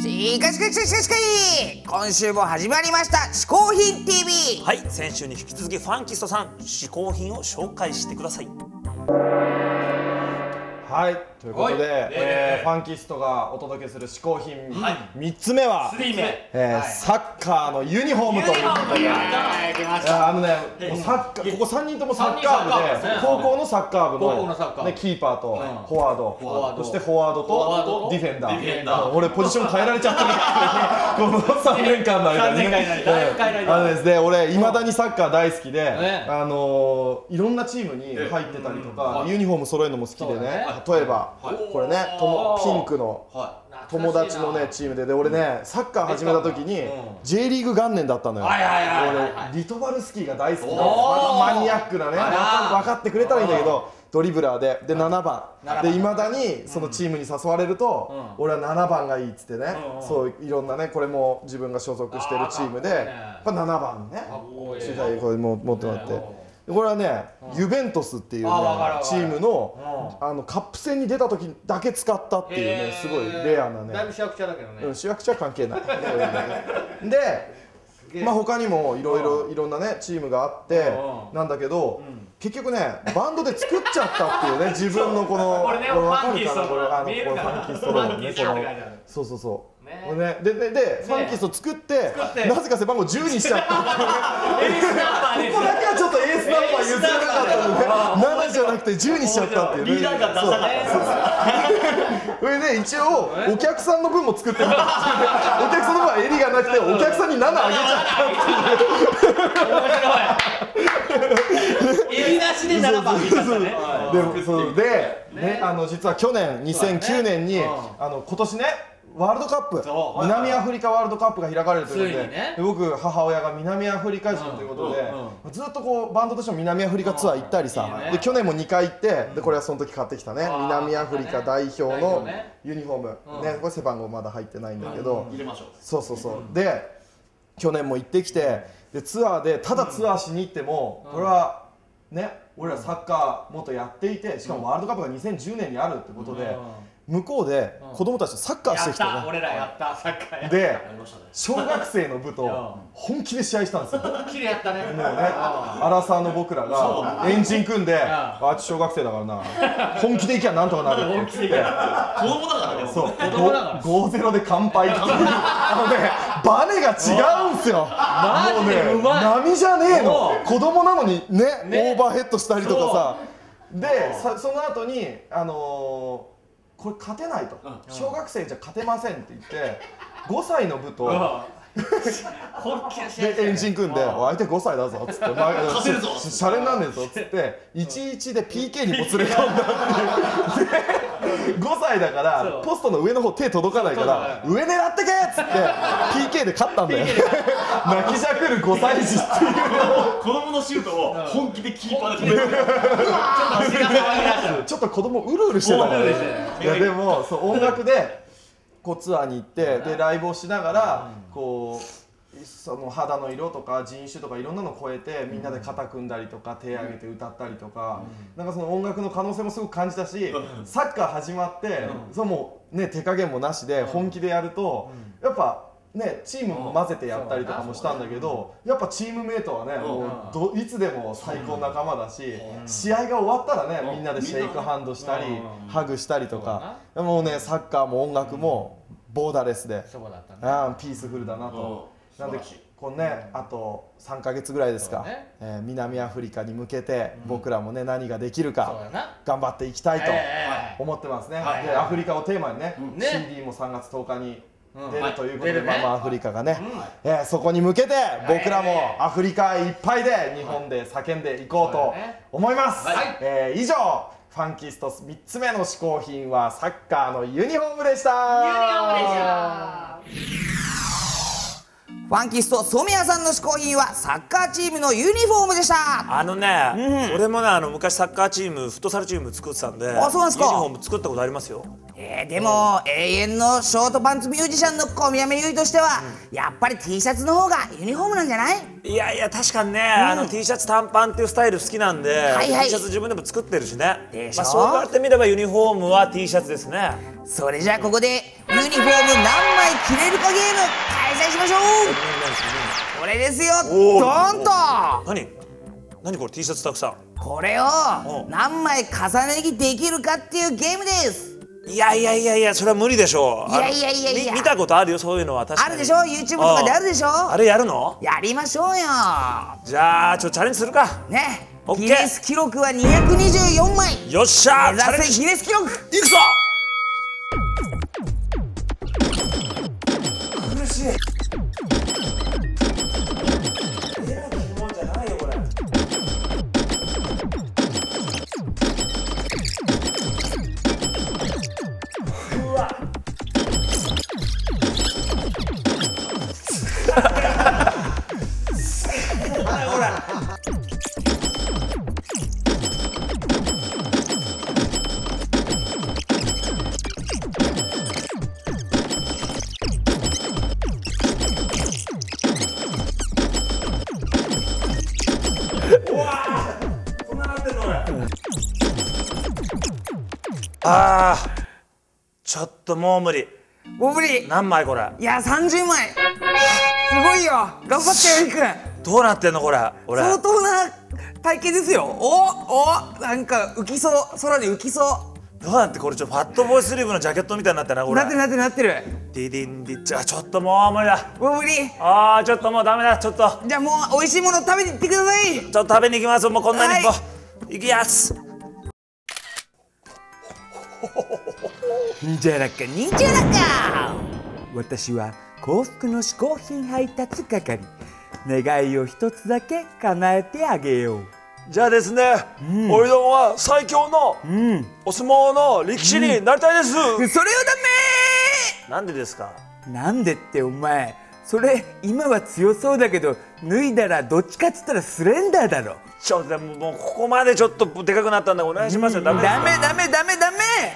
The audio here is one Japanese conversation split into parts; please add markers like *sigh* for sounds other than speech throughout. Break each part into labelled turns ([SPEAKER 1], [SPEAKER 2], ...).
[SPEAKER 1] クシクシクシクシ今週も始まりました「嗜好品 TV
[SPEAKER 2] はい先週に引き続きファンキストさん嗜好品を紹介してください
[SPEAKER 3] はい、ということで、
[SPEAKER 4] はい
[SPEAKER 3] えーファンキストがお届けする嗜好品、三つ目は、
[SPEAKER 4] スリー目
[SPEAKER 3] えーサッカーのユニフォームということで。いやあのね、もうサッカーここ三人ともサッカー
[SPEAKER 4] 三人サッ
[SPEAKER 3] 部
[SPEAKER 4] カー部です
[SPEAKER 3] で
[SPEAKER 4] ね、
[SPEAKER 3] 高校のサッカー部
[SPEAKER 4] 高校のサッカ
[SPEAKER 3] の
[SPEAKER 4] ー
[SPEAKER 3] ねキーパーとフォワード
[SPEAKER 4] フォワー、ド
[SPEAKER 3] そしてフォワード
[SPEAKER 4] フォワード
[SPEAKER 3] と
[SPEAKER 4] と
[SPEAKER 3] ディフェンダ
[SPEAKER 4] ディフェンダー
[SPEAKER 3] ー。俺ポジション変えられちゃった
[SPEAKER 4] *laughs*
[SPEAKER 3] ね。この三年間の間に
[SPEAKER 4] 三年間になりだいぶ変えられ
[SPEAKER 3] うん
[SPEAKER 4] た
[SPEAKER 3] あのですね、俺未だにサッカー大好きで、
[SPEAKER 4] ね
[SPEAKER 3] あのーいろんなチームに入ってたりとか、ユニフォーム揃えるのも好きで
[SPEAKER 4] そうだね
[SPEAKER 3] ね、例えばこれね、ともピンクの
[SPEAKER 4] はい
[SPEAKER 3] 友達のねチームでで俺ねサッカー始めた時に J リーグ元年だったのよ
[SPEAKER 4] はいはいはいはいはい
[SPEAKER 3] 俺リトバルスキーが大好きで
[SPEAKER 4] お
[SPEAKER 3] ま
[SPEAKER 4] ー
[SPEAKER 3] たマニアックなね分
[SPEAKER 4] あら
[SPEAKER 3] かってくれたらいいんだけどドリブラーでで7番
[SPEAKER 4] 番
[SPEAKER 3] でいまだにそのチームに誘われると俺は7番がいいっつってねそういろんなねこれも自分が所属してるチームで
[SPEAKER 4] あーかっこいいね
[SPEAKER 3] やっぱ7番ね
[SPEAKER 4] かっこいい
[SPEAKER 3] 取材これも持ってもらって
[SPEAKER 4] うん
[SPEAKER 3] でこれはねユベントスっていうね
[SPEAKER 4] あわかるわかる
[SPEAKER 3] チームのあのカップ戦に出た時だけ使ったっていうねすごいレアなね
[SPEAKER 4] だいぶ主役者だけどね
[SPEAKER 3] うん、主役者は関係ない。で、
[SPEAKER 4] げえ
[SPEAKER 3] まあ他にもいろいろいろんなねチームがあって
[SPEAKER 4] うんうん
[SPEAKER 3] なんだけど、結局ねバンドで作っちゃったっていうね自分のこの
[SPEAKER 4] これね
[SPEAKER 3] わかるかな
[SPEAKER 4] フ
[SPEAKER 3] これあ
[SPEAKER 4] ァ
[SPEAKER 3] の
[SPEAKER 4] ン
[SPEAKER 3] こ
[SPEAKER 4] キ
[SPEAKER 3] れ
[SPEAKER 4] ス
[SPEAKER 3] フ
[SPEAKER 4] トの
[SPEAKER 3] ァンキスト
[SPEAKER 4] 見えるか
[SPEAKER 3] の
[SPEAKER 4] な
[SPEAKER 3] ね
[SPEAKER 4] ファンキストの
[SPEAKER 3] このそうそうそう。
[SPEAKER 4] ね
[SPEAKER 3] これねででで、ファンキスト作って
[SPEAKER 4] 作って
[SPEAKER 3] なぜか背番号10にしちゃったっていうね。
[SPEAKER 4] エースナンバーで
[SPEAKER 3] ここだけはちょっとエースナンバー譲らなかったので7じゃなくて10にしちゃったっていうね
[SPEAKER 2] リーダーが出さなかった
[SPEAKER 3] そうそれで一応お客さんの分も作ってみたお客さんの分は襟がなくてお客さんに7あげちゃっ
[SPEAKER 4] す襟なしで7番見ちゃったね
[SPEAKER 3] た *laughs* でもそうで、ね、あの実は去年2009年に、あの今年ねワールドカップ
[SPEAKER 4] そう
[SPEAKER 3] 南アフリカワールドカップが開かれるということで,、
[SPEAKER 4] ついにね
[SPEAKER 3] で僕母親が南アフリカ人ということで、ずっとこうバンドとしても南アフリカツアー行ったりさ、
[SPEAKER 4] うんいいね
[SPEAKER 3] で去年も2回行ってでこれはその時買ってきたね
[SPEAKER 4] ー
[SPEAKER 3] 南アフリカ代表
[SPEAKER 4] 代表
[SPEAKER 3] の
[SPEAKER 4] ね
[SPEAKER 3] ユニフォーム、
[SPEAKER 4] うん
[SPEAKER 3] ねこれ背番号まだ入ってないんだけど、
[SPEAKER 5] 入れましょう
[SPEAKER 3] そうそうそう、で去年も行ってきてでツアーでただツアーしに行っても、これはね俺らサッカーもっとやっていてしかもワールドカップが2010年にあるってことで、向こうで子供たちとサッカーして
[SPEAKER 4] やっ
[SPEAKER 3] きた
[SPEAKER 4] た
[SPEAKER 3] ね、
[SPEAKER 4] 俺らやったサッカーやった
[SPEAKER 3] で
[SPEAKER 5] やりましたね
[SPEAKER 3] 小学生の部と本気で試合したん *laughs* ですよ
[SPEAKER 4] 綺麗やったね
[SPEAKER 3] ね、アラサーの僕らがエンジン組んで、あっち小学生だからな、本気でいきゃなんとかなるって言って、
[SPEAKER 5] 子供だからね
[SPEAKER 3] そう、
[SPEAKER 4] 供だから
[SPEAKER 3] 5 0で乾杯っていう、あのね、バネが違うんすよ、
[SPEAKER 4] マジでうまい
[SPEAKER 3] もうね、波じゃねえの
[SPEAKER 4] う、
[SPEAKER 3] 子供なのにね、
[SPEAKER 4] ね
[SPEAKER 3] オーバーヘッドしたりとかさ、で、さその後にあのーこれ勝てないと、小学生じゃ勝てませんって言って、5歳の部と。
[SPEAKER 4] 本気で試合
[SPEAKER 3] でエンジン組んで「おい相手5歳だぞ」っつって「勝
[SPEAKER 5] てるぞ
[SPEAKER 3] シャレになんねえぞ」っつって11で PK にもつれ込んだっていうで5歳だから
[SPEAKER 4] そう
[SPEAKER 3] ポストの上の方手届かないから「上狙ってけ!」っつって PK で勝ったんだよ泣きじゃくる5歳児っていう
[SPEAKER 5] 子供のシュートを本気でキーパーで決める
[SPEAKER 4] 足が騒ぎ出した
[SPEAKER 3] ちょっと子供うるうるしてたからね
[SPEAKER 4] うるうるして
[SPEAKER 3] いやでもそう音楽でこうツアーに行ってでライブをしながらこうその肌の色とか人種とかいろんなのを超えてみんなで肩組んだりとか手上げて歌ったりとかなんかその音楽の可能性もすごく感じたしサッカー始まってそうもうね手加減もなしで本気でやるとやっぱ。ね、チームも混ぜてやったりとかもしたんだけどやっぱチームメートはねもうどいつでも最高仲間だし試合が終わったらねみんなでシェイクハンドしたりハグしたりとかもうねサッカーも音楽もボーダレスで
[SPEAKER 4] そうだったね
[SPEAKER 3] あーピースフルだなと
[SPEAKER 5] うん
[SPEAKER 3] なんで
[SPEAKER 5] 素晴らしい
[SPEAKER 3] こうねあと3か月ぐらいですか
[SPEAKER 4] そうね
[SPEAKER 3] えー南アフリカに向けて僕らもね何ができる
[SPEAKER 4] そう
[SPEAKER 3] か
[SPEAKER 4] だな
[SPEAKER 3] 頑張っていきたいと
[SPEAKER 4] ええ
[SPEAKER 3] 思ってますね、
[SPEAKER 4] はい
[SPEAKER 3] でアフリカをテーマにね,、
[SPEAKER 4] んね
[SPEAKER 3] CD も3月10日に
[SPEAKER 4] うん
[SPEAKER 3] 出るということで、
[SPEAKER 4] はい出るね
[SPEAKER 3] まあまあアフリカがね、えーそこに向けて僕らもアフリカいっぱいで日本で叫んでいこう
[SPEAKER 4] そ
[SPEAKER 3] と
[SPEAKER 4] うだね
[SPEAKER 3] 思います、
[SPEAKER 4] はい
[SPEAKER 3] えー以上ファンキスト3つ目の嗜好品はサッカーのユニフォームでした
[SPEAKER 4] ユニオンでした
[SPEAKER 1] フファンキスト染谷さんの嗜好品はサッカーチームのユニフォームでした
[SPEAKER 2] あのね、俺もねあの昔サッカーチームフットサルチーム作ってたんで
[SPEAKER 1] あそうなんですか
[SPEAKER 2] ユニフォーム作ったことありますよ
[SPEAKER 1] えーでも永遠のショートパンツミュージシャンの小宮目優衣としてはやっぱり T シャツの方がユニフォームなんじゃない
[SPEAKER 2] いやいや確かにね、あの T シャツ短パンっていうスタイル好きなんで、
[SPEAKER 1] いはい
[SPEAKER 2] T シャツ自分でも作ってるしね
[SPEAKER 1] でしょ
[SPEAKER 2] まあ、そう言われてみればユニフォームは T シャツですね
[SPEAKER 1] それじゃあここでユニフォーム何枚着れるかゲーム開催しましょうこれですよ
[SPEAKER 2] おー
[SPEAKER 1] ドーンと
[SPEAKER 2] 何何これ T シャツたくさ
[SPEAKER 1] これを
[SPEAKER 2] うん
[SPEAKER 1] 何枚重ね着できるかっていうゲームです
[SPEAKER 2] んいやいやいやいやそれは無理でしょう
[SPEAKER 1] いやいやいやいや
[SPEAKER 2] あのみ見たことあるよそういうのは確か
[SPEAKER 1] あ
[SPEAKER 2] に
[SPEAKER 1] るでしょ YouTube とかであるでしょ
[SPEAKER 2] あれやるの
[SPEAKER 1] やりましょうよ
[SPEAKER 2] じゃあちょっとチャレンジするか
[SPEAKER 1] ね
[SPEAKER 2] オッケー
[SPEAKER 1] ギネス記録は224枚
[SPEAKER 2] よっしゃー
[SPEAKER 1] 目
[SPEAKER 2] チャレン
[SPEAKER 1] 指
[SPEAKER 2] ジ
[SPEAKER 1] せギネス記録
[SPEAKER 2] いくぞあーちょっともう無理
[SPEAKER 1] 大振り
[SPEAKER 2] 何枚これ
[SPEAKER 1] いや30枚すごいよ頑張ってよりくん
[SPEAKER 2] どうなってんのこれ俺
[SPEAKER 1] 相当な体型ですよおおなんか浮きそう空に浮きそ
[SPEAKER 2] どうなってこれちょっとファットボーイスリーブのジャケットみたいになってなこ
[SPEAKER 1] う
[SPEAKER 2] れ
[SPEAKER 1] なってるなってるなってる
[SPEAKER 2] ディディンディちゃちょっともう無理だ
[SPEAKER 1] 大振り
[SPEAKER 2] あーちょっともうダメだちょっと
[SPEAKER 1] じゃあもう美味しいもの食べに行ってください
[SPEAKER 2] ちょっと食べに行きますもうこんなにこ
[SPEAKER 1] は
[SPEAKER 2] う行きやす
[SPEAKER 1] 忍者ラッカ忍者ラッカ私は幸福の嗜好品配達係願いを一つだけ叶えてあげよう
[SPEAKER 2] じゃあですね、おいどんは最強の、お相撲の力士になりたいです、
[SPEAKER 1] それはダ
[SPEAKER 2] なんでですか
[SPEAKER 1] メなんでってお前それ今は強そうだけど脱いだらどっちかっつったらスレンダーだろ
[SPEAKER 2] ちょでももうここまでちょっとでかくなったんでお願いしますよ、ダメ
[SPEAKER 1] ダメダメダメダ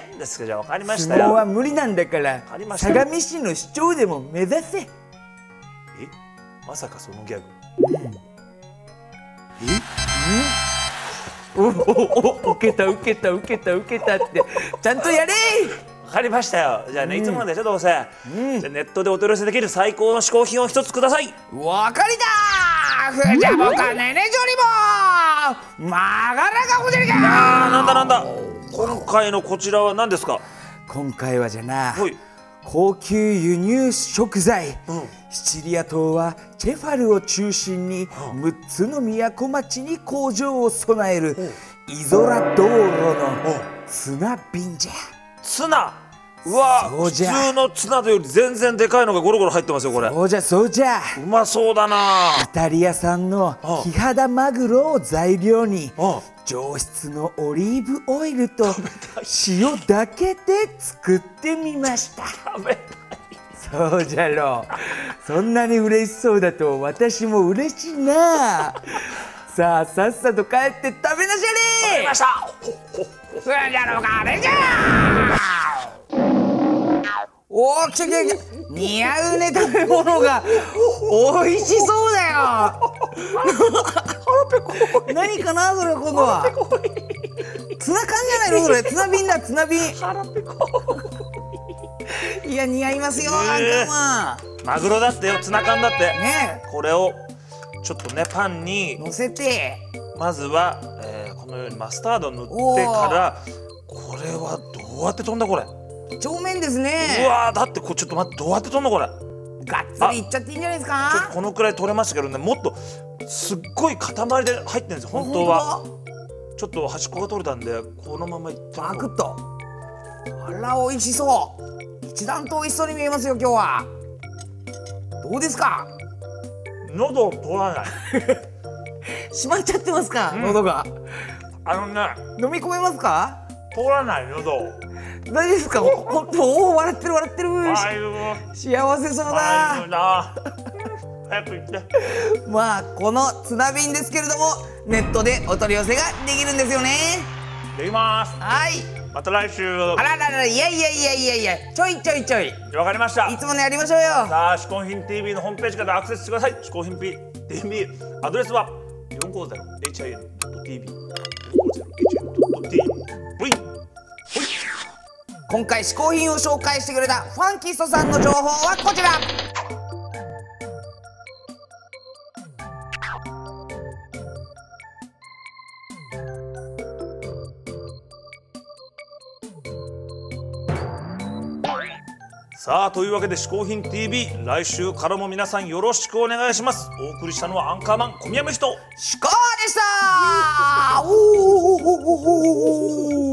[SPEAKER 1] メ
[SPEAKER 2] ですかじゃあわかりました
[SPEAKER 1] 相撲は
[SPEAKER 2] よ
[SPEAKER 1] 無理なんだから
[SPEAKER 2] かりましたよ
[SPEAKER 1] 相模市の市長でも目指せ
[SPEAKER 2] えまさかそのギャグ
[SPEAKER 1] おおおお受けた受けた受けた受けたってちゃんとやれ
[SPEAKER 2] わかりましたよじゃあね、いつものでしょどうせ、じゃあネットでお取り寄せできる最高の嗜好品を一つください
[SPEAKER 1] わかりだーふじゃぼかねねじょりぼーまがらがほじりか
[SPEAKER 2] あーなんだなんだ今回のこちらは何ですか
[SPEAKER 1] 今回はじゃな
[SPEAKER 2] はい
[SPEAKER 1] 高級輸入食材、
[SPEAKER 2] うん
[SPEAKER 1] シチリア島はチェファルを中心に6つの都町に工場を備えるイゾラ道路の砂瓶じゃ
[SPEAKER 2] ツナうわ
[SPEAKER 1] そう
[SPEAKER 2] 普
[SPEAKER 1] じゃ
[SPEAKER 2] 通のツナより全然でかいのがゴロゴロ入ってますよこれ
[SPEAKER 1] そうじゃそうじゃ
[SPEAKER 2] うまそうだな
[SPEAKER 1] イタリア産の
[SPEAKER 2] あ
[SPEAKER 1] キハダマグロを材料に
[SPEAKER 2] あ
[SPEAKER 1] 上質のオリーブオイルと塩だけで作ってみました
[SPEAKER 2] 食べ
[SPEAKER 1] そうじゃろうそんなに嬉しそうだと私も嬉しいなさあさっさと帰って食べなしゃれ
[SPEAKER 2] ました
[SPEAKER 1] そうじゃろうかあれじゃおお来た来た来た似合うね食べ物が美味しそうだよ何かなそれ今度はツナ缶じゃないのそれツナ瓶だツナ瓶いや似合いますよあん
[SPEAKER 2] えー
[SPEAKER 1] たは
[SPEAKER 2] マグロだってよツナ缶だって
[SPEAKER 1] ね
[SPEAKER 2] これをちょっとねパンに
[SPEAKER 1] 乗せて
[SPEAKER 2] まずは、えーこのようにマスタード塗
[SPEAKER 1] お
[SPEAKER 2] っ
[SPEAKER 1] ー
[SPEAKER 2] てからこれはどうやって飛んだこれう
[SPEAKER 1] 正面ですね
[SPEAKER 2] わーだってこれちょっと待ってどうやって飛んだこれち
[SPEAKER 1] がっつりいっちゃっていいんじゃないです
[SPEAKER 2] ょっと
[SPEAKER 1] か
[SPEAKER 2] このくらい取れましたけどねもっとすっごい塊で入ってるんですよ本当は
[SPEAKER 1] 本
[SPEAKER 2] ちょっと端っこが取れたんでこのままいった
[SPEAKER 1] 当
[SPEAKER 2] ら
[SPEAKER 1] パ
[SPEAKER 2] も
[SPEAKER 1] ク
[SPEAKER 2] う
[SPEAKER 1] ッとあら美味しそう一段と美味しそうに見えますよ今日はどうですか
[SPEAKER 2] 喉を通らない
[SPEAKER 1] しまっちゃってますか、喉が
[SPEAKER 2] あのね
[SPEAKER 1] 飲み込めますか
[SPEAKER 2] 通らない喉を
[SPEAKER 1] 大丈夫ですかほほんとおお笑ってる笑ってる
[SPEAKER 2] ああい
[SPEAKER 1] 幸
[SPEAKER 2] う
[SPEAKER 1] せそう
[SPEAKER 2] ああい
[SPEAKER 1] だ
[SPEAKER 2] うな早く行って。
[SPEAKER 1] まあこの津波便ですけれどもネットでお取り寄せができるんですよね
[SPEAKER 2] できます。
[SPEAKER 1] はい
[SPEAKER 2] また来週。わ
[SPEAKER 1] あらららいやいやいやいやいやちょいちょいちょいい
[SPEAKER 2] かりました。
[SPEAKER 1] つものやりましょうよ
[SPEAKER 2] さあ、嗜好品 TV のホームページからアクセスしてください。嗜好品 TV アドレスは450.hin.tv。450.hin.tv。
[SPEAKER 1] 今回試行品を紹介してくれたファンキストさんの情報はこちら
[SPEAKER 2] さあというわけで「嗜好品 TV」来週からも皆さんよろしくお願いしますお送りしたのはアンカーマン小宮山人
[SPEAKER 1] 試行でしたおーおーおーおーおーおー